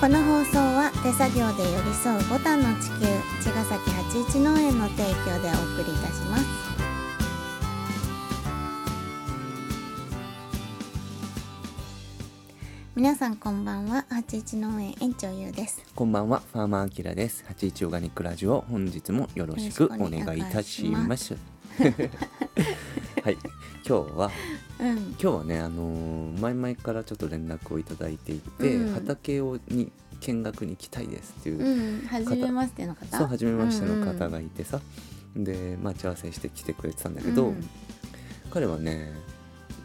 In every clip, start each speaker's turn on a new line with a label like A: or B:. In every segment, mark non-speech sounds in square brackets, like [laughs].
A: この放送は手作業で寄り添うボタンの地球茅ヶ崎八一農園の提供でお送りいたします皆さんこんばんは八一農園園長ゆうです
B: こんばんは、ファーマーアキラです。81オーガニックラジオ、本日もよろしくお願いいたし
A: [laughs]
B: ます。はい、今日は、
A: うん
B: 今日はね、あのー前々からちょっと連絡をいただいていて、
A: うん
B: 畑をに見学に行きたいですっていう、
A: うん初めましての方
B: そう初めましての
A: う
B: 方
A: ん
B: がいてさ、で待ち合わせして来てくれてたんだけど、
A: うん
B: 彼はね。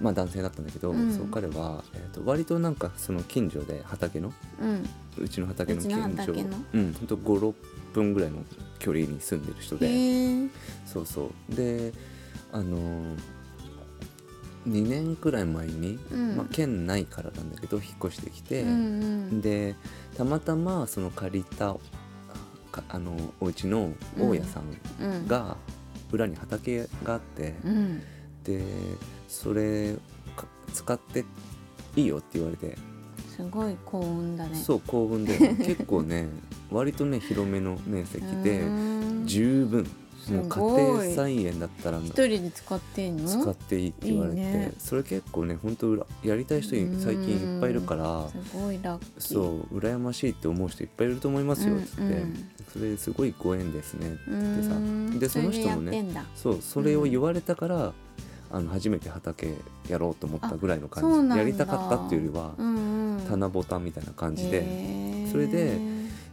B: まあ男性だったんだけど、
A: うん
B: そう彼は、えー、と割となんかその近所で畑の
A: うん
B: うちの畑の
A: うち
B: 近
A: の
B: 所
A: 畑の
B: うんほんと56分ぐらいの距離に住んでる人
A: へ
B: で
A: え
B: そうそうであのー2年くらい前に、
A: うん
B: まあ、県内からなんだけど引っ越してきて、
A: うん
B: でたまたまその借りたかあのお家の大家さん
A: うんうん
B: が裏に畑があって、
A: うん
B: でそれか使っていいよって言われて
A: すごい幸運だね
B: そう幸運で結
A: [laughs]
B: 構ね割とね広めの面積で
A: うん
B: 十分
A: す
B: もう
A: ごい
B: 家庭菜園だったら
A: 一人で使ってんの
B: 使っていいって言われて
A: いいね
B: それ結構ね本当裏やりたい人
A: うん
B: 最近いっぱいいるから
A: すごいラッキー
B: そう羨ましいって思う人いっぱいいると思いますよっつって、
A: うんうん
B: それすごいご縁ですね
A: うーん
B: でその人も
A: それ
B: ね
A: でやってんだ
B: そうそれを言われたから、あの初めて畑やろうと思ったぐらいの
A: あそう
B: 感
A: なんだ
B: じやりたかったっていうよりは、
A: うんうん
B: 棚ぼたみたいな感じで。
A: へー
B: それで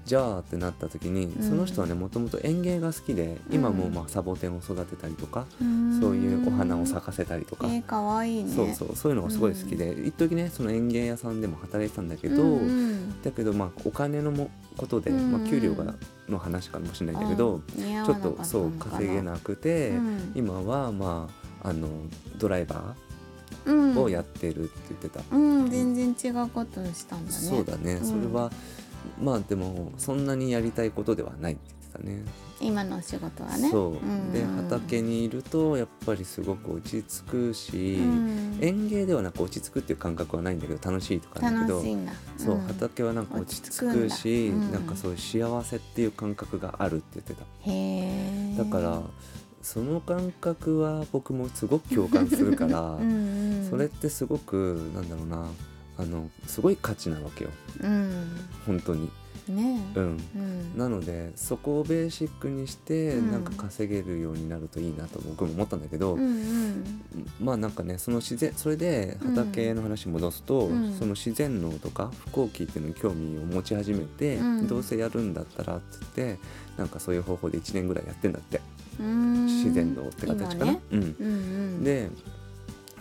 B: じゃあってなった時に、
A: うん
B: その人はねもともと園芸が好きで今も
A: うん
B: まあサボテンを育てたりとか、
A: ん
B: そういうお花を咲かせたりとか、
A: えー、かわいいね
B: そうそうそういうのがすごい好きで、一時ねその園芸屋さんでも働いてたんだけど、
A: うんうん
B: だけどまあお金のもことで、
A: うん
B: まあ、給料がの話かもしれないんだけど、
A: あ似合わ
B: ちょ
A: なか
B: っ
A: たの
B: と
A: か
B: そう稼げなくて、
A: うん
B: 今はまああのドライバ
A: うん
B: ーをやってるって言ってた。
A: うん全然違うことしたんだね
B: そうだね、
A: うん
B: それはまあでもそんなにやりたいことではないって言ってたね。
A: 今のお仕事はね
B: そう、
A: ん
B: で畑にいるとやっぱりすごく落ち着くし、
A: うん
B: 園芸ではなんか落ち着くっていう感覚はないんだけど楽しいとかなんだけど
A: 楽しいんだ
B: そう、
A: ん
B: 畑はなんか落ち着
A: 落
B: く
A: ち着
B: し
A: くんだうん
B: なんかそういう幸せっていう感覚があるって言って
A: へ
B: た、
A: え
B: だからその感覚は僕もすごく共感するから
A: [laughs] う、んうん
B: それってすごくなんだろうなあのすごい価値なわけよ
A: うん
B: 本当に
A: ねえ
B: うん
A: うん
B: なのでそこをベーシックにして
A: うん
B: なんか稼げるようになるといいなと僕も思ったんだけど、
A: うんうん
B: まあなんかねその自然それで畑の話に戻すと、
A: うん
B: その自然農とか不耕機っていうのに興味を持ち始めて、
A: うん
B: どうせやるんだったらって言ってなんかそういう方法で1年ぐらいやってんだって、
A: うーん
B: 自然農って形か
A: 今
B: な。
A: ね
B: うん
A: うんうん、
B: で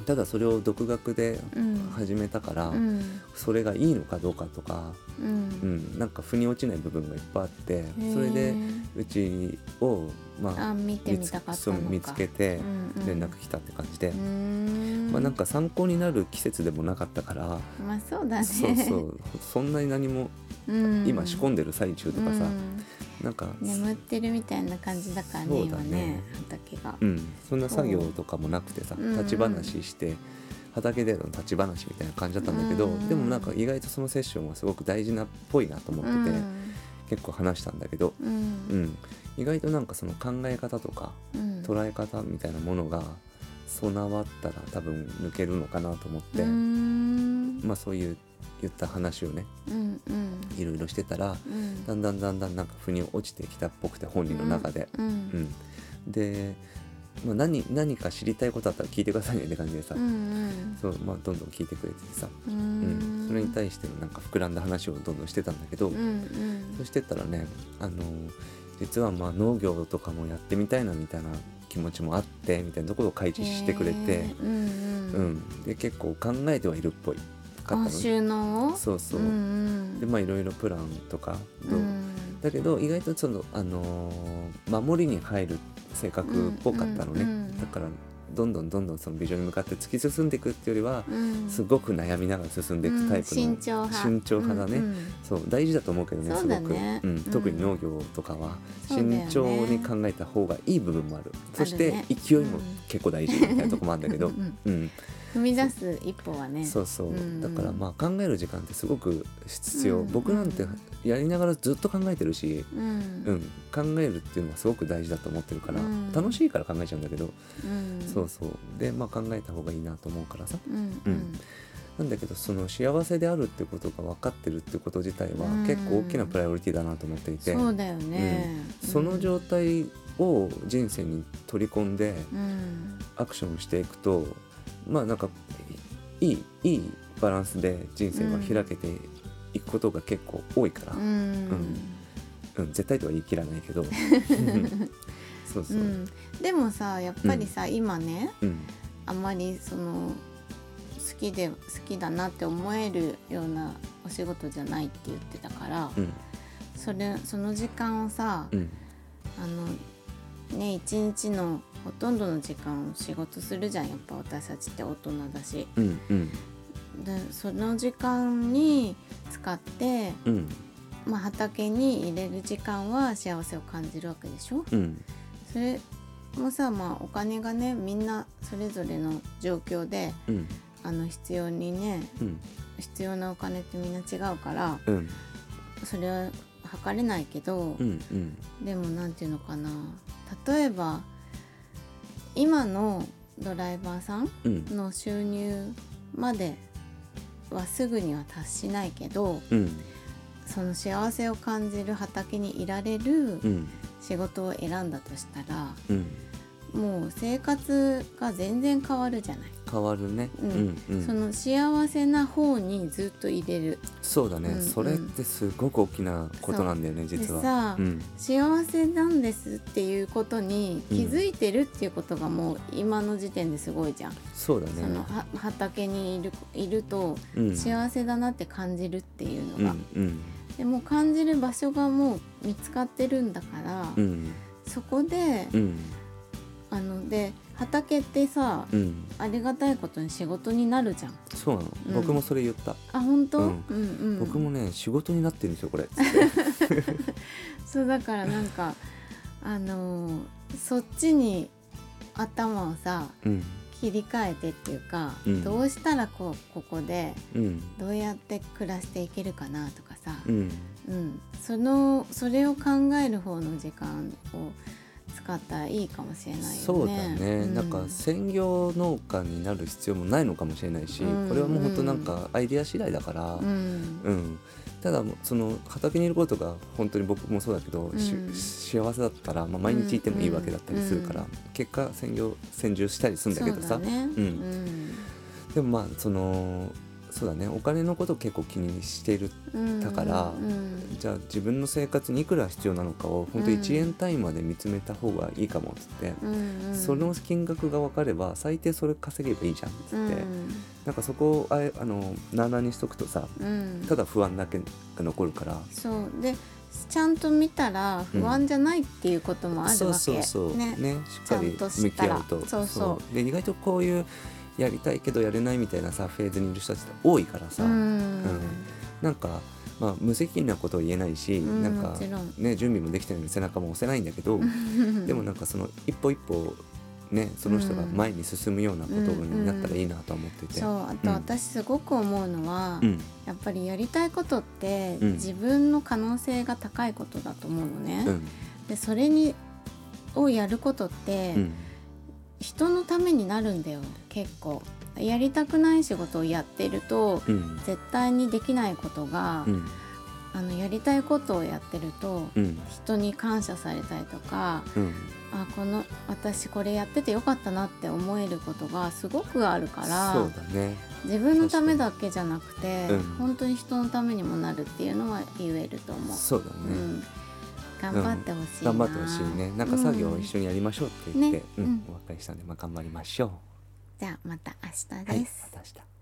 B: ただそれを独学で
A: うん
B: 始めたから、
A: うん
B: それがいいのかどうかとか、
A: う
B: うんん、なんか腑に落ちない部分がいっぱいあってそれ
A: へ
B: で
A: ー
B: うちをまあ
A: あ見てみたかっ
B: 見つ
A: た
B: そう
A: のか
B: 見つけて
A: うんうん
B: 連絡来たって感じで。
A: うーん
B: まあ、なんか参考になる季節でもなかったから、
A: まあそうだね
B: そうそうそんなに何も
A: うん
B: 今仕込んでる最中とかさ、
A: うん
B: なんか、
A: 眠ってるみたいな感じだからね
B: そうだ
A: 今
B: ね
A: ね畑が
B: うん、そんな作業とかもなくてさ
A: うん
B: 立ち話して畑での立ち話みたいな感じだったんだけど、
A: うん
B: でもなんか意外とそのセッションはすごく大事なっぽいなと思ってて、結構話したんだけど、
A: うんうん
B: うん、意外となんかその考え方とか
A: うん
B: 捉え方みたいなものが備わったら多分抜けるのかなと思って、
A: うーん
B: まあそういう言った話をね
A: うんうん
B: いろいろしてたら
A: うん
B: だんだんだんだんなんか腑に落ちてきたっぽくて本人の中で。
A: う
B: うんんで、まあ、何何か知りたいことあったら聞いてくださいねって感じでさ、
A: うんうん
B: そうまあ、どんどん聞いてくれててさ、
A: う
B: うん
A: ん
B: それに対してのなんか膨らんだ話をどんどんしてたんだけど、
A: うんうん
B: そしてったらねあの実はまあ農業とかもやってみたいなみたいな気持ちもあってみたいなところを開示してくれ
A: へ
B: て、
A: ーうん
B: う
A: うん
B: ん、で結構考えてはいるっぽいかっ
A: あ
B: たのね
A: 収納を
B: そうそう、
A: ん
B: でまあいろいろプランとかどう、
A: うん
B: だけど意外とその、あのー守りに入る性格っぽかったのね、
A: うんうんうん
B: だからどんどんどんどんそのビジョンに向かって突き進んでいくっていうよりは、
A: うん
B: すごく悩みながら進んでいくタイプの、
A: うん慎重派
B: 慎重派だね、
A: うんうん
B: そう大事だと思うけどね
A: そ
B: す
A: う
B: ご
A: だ
B: く、
A: ね
B: うん、
A: うん
B: 特に農業とかは
A: そうだよね
B: 慎重に考えた方がいい部分もあるそして
A: ね
B: 勢いも
A: うん
B: 結構大事みたいなとこもあるんだけど
A: うんうん
B: うん、
A: 踏み出す一歩はね
B: そうそう、
A: うん
B: だからまあ考える時間ってすごく必要、
A: うん
B: 僕なんてやりながらずっと考えてるし、
A: うん
B: うん考えるっていうのはすごく大事だと思ってるから、
A: うん
B: 楽しいから考えちゃうんだけど、
A: うん
B: そうそうでまあ考えた方がいいなと思うからさ
A: うんう
B: う
A: んん
B: なんだけどその幸せであるってことが分かってるってこと自体は
A: うん
B: 結構大きなプライオリティだなと思っていて、
A: そうだよね
B: その状態を人生に取り込んで
A: うん
B: アクションしていくとまあなんかいいいいバランスで人生は開けていくことが結構多いから、
A: う
B: うん
A: ん
B: 絶対とは言い切らないけどそうそうう、
A: んでもさやっぱりさ今ね
B: うん
A: あまりその好きで好きだなって思えるようなお仕事じゃないって言ってたから
B: うん
A: それその時間をさ
B: うん
A: あのね一日のほとんどの時間を仕事するじゃんやっぱ私たちって大人だし
B: うんうん
A: でその時間に使って、
B: うん
A: まあ、畑に入れる時間は幸せを感じるわけでしょ
B: うん
A: それもさ、まあ、お金がねみんなそれぞれの状況で
B: うん
A: あの必要にね
B: うん
A: 必要なお金ってみんな違うから
B: うん
A: それは測れないけど、
B: うんうん
A: でもなんていうのかな例えば今のドライバーさん
B: うん
A: の収入まではすぐには達しないけど
B: うん
A: その幸せを感じる畑にいられる
B: うん
A: 仕事を選んだとしたら
B: うん
A: もう生活が全然変わるじゃない、
B: 変わるね、
A: うん
B: うん
A: その幸せな方にずっと入れる
B: そうだね、
A: うん
B: それってすごく大きなことなんだよね
A: で
B: 実は
A: さ、
B: うん、
A: 幸せなんですっていうことに気づいてるっていうことがもう今の時点ですごいじゃん、
B: そうだ
A: その
B: ね
A: は畑にいるいると
B: うん
A: 幸せだなって感じるっていう
B: う
A: のが、
B: んうん
A: でもう感じる場所がもう見つかってるんだから、
B: うん
A: そこで、
B: うん
A: あので畑ってさ、
B: うん
A: ありがたいことに仕事になるじゃん
B: そうなの、
A: うん
B: 僕もそれ言った、
A: あ本当、
B: う
A: うんん、うん
B: 僕もね仕事になってるんですよこ
A: [laughs]
B: れ
A: そうだからなん
B: [laughs]
A: かあのーそっちに頭をさ
B: うん
A: 切り替えてっていうか、
B: うん
A: どうしたらこうここで
B: うん
A: どうやって暮らしていけるかなとかさ、
B: うん
A: うん、そのそれを考える方の時間を使ったらいいかもしれないよね。
B: そうだね、
A: う
B: なんか専業農家になる必要もないのかもしれないし、
A: うん
B: これはもうほんとなんかアイデア次第だから、
A: うん
B: うん、ただその畑にいることが本当に僕もそうだけど、し
A: うん
B: 幸せだったら、まあ、毎日いてもいいわけだったりするから、
A: うん
B: 結果専業専住したりするんだけど
A: そ
B: さ、
A: うだね、
B: うんでもまあそのそうだねお金のことを結構気にしてる
A: うん
B: だから
A: うん
B: じゃあ自分の生活にいくら必要なのかを本当
A: うん
B: 1円単位まで見つめた方がいいかもっつって。
A: うんうん
B: その金額が分かれば最低それ稼げばいいじゃんっつって、
A: うん
B: なんかそこをあえあのなあなあにしとくとさ
A: うん
B: ただ不安だけが残るから、
A: そうでちゃんと見たら不安じゃないっていうこともある
B: そう
A: わけ、
B: そうそうね
A: ね
B: しっかり
A: ちゃんと
B: 向
A: 知っ
B: き
A: たら
B: 合うと
A: そうそう
B: で意外とこういうやりたいけどやれないみたいなさフェーズにいる人たちって多いからさ、
A: うん、
B: なんか、まあ、無責任なことは言えないし、
A: うん
B: なんか
A: もちろん、
B: ね、準備もできてないのに背中も押せないんだけど、でもなんかその一歩一歩ねその人が前に進むようなことになったらいいなとは思って
A: [laughs]
B: て。
A: そうあと私すごく思うのは、
B: うん
A: やっぱりやりたいことって
B: うん
A: 自分の可能性が高いことだと思うのね、
B: うん
A: でそれにをやることって
B: うん
A: 人のためになるんだよ結構やりたくない仕事をやってると
B: うん
A: 絶対にできないことが、
B: うん
A: あのやりたいことをやってると
B: うん
A: 人に感謝されたりとか
B: うん
A: あこの私これやっててよかったなって思えることがすごくあるから
B: そうだね
A: 自分のためだけじゃなくて、
B: うん
A: 本当に人のためにもなるっていうのは言えると思う。
B: そうだ
A: う
B: ね、
A: ん、頑張ってほしいな、
B: 頑張ってほしいねなんか作業を一
A: 緒、
B: 緒にやりましょうって言って、
A: ね
B: うん
A: うん
B: お別れしたんで、まあ、頑張りましょ
A: じゃあまた明
B: う
A: 日です、
B: はいまた明日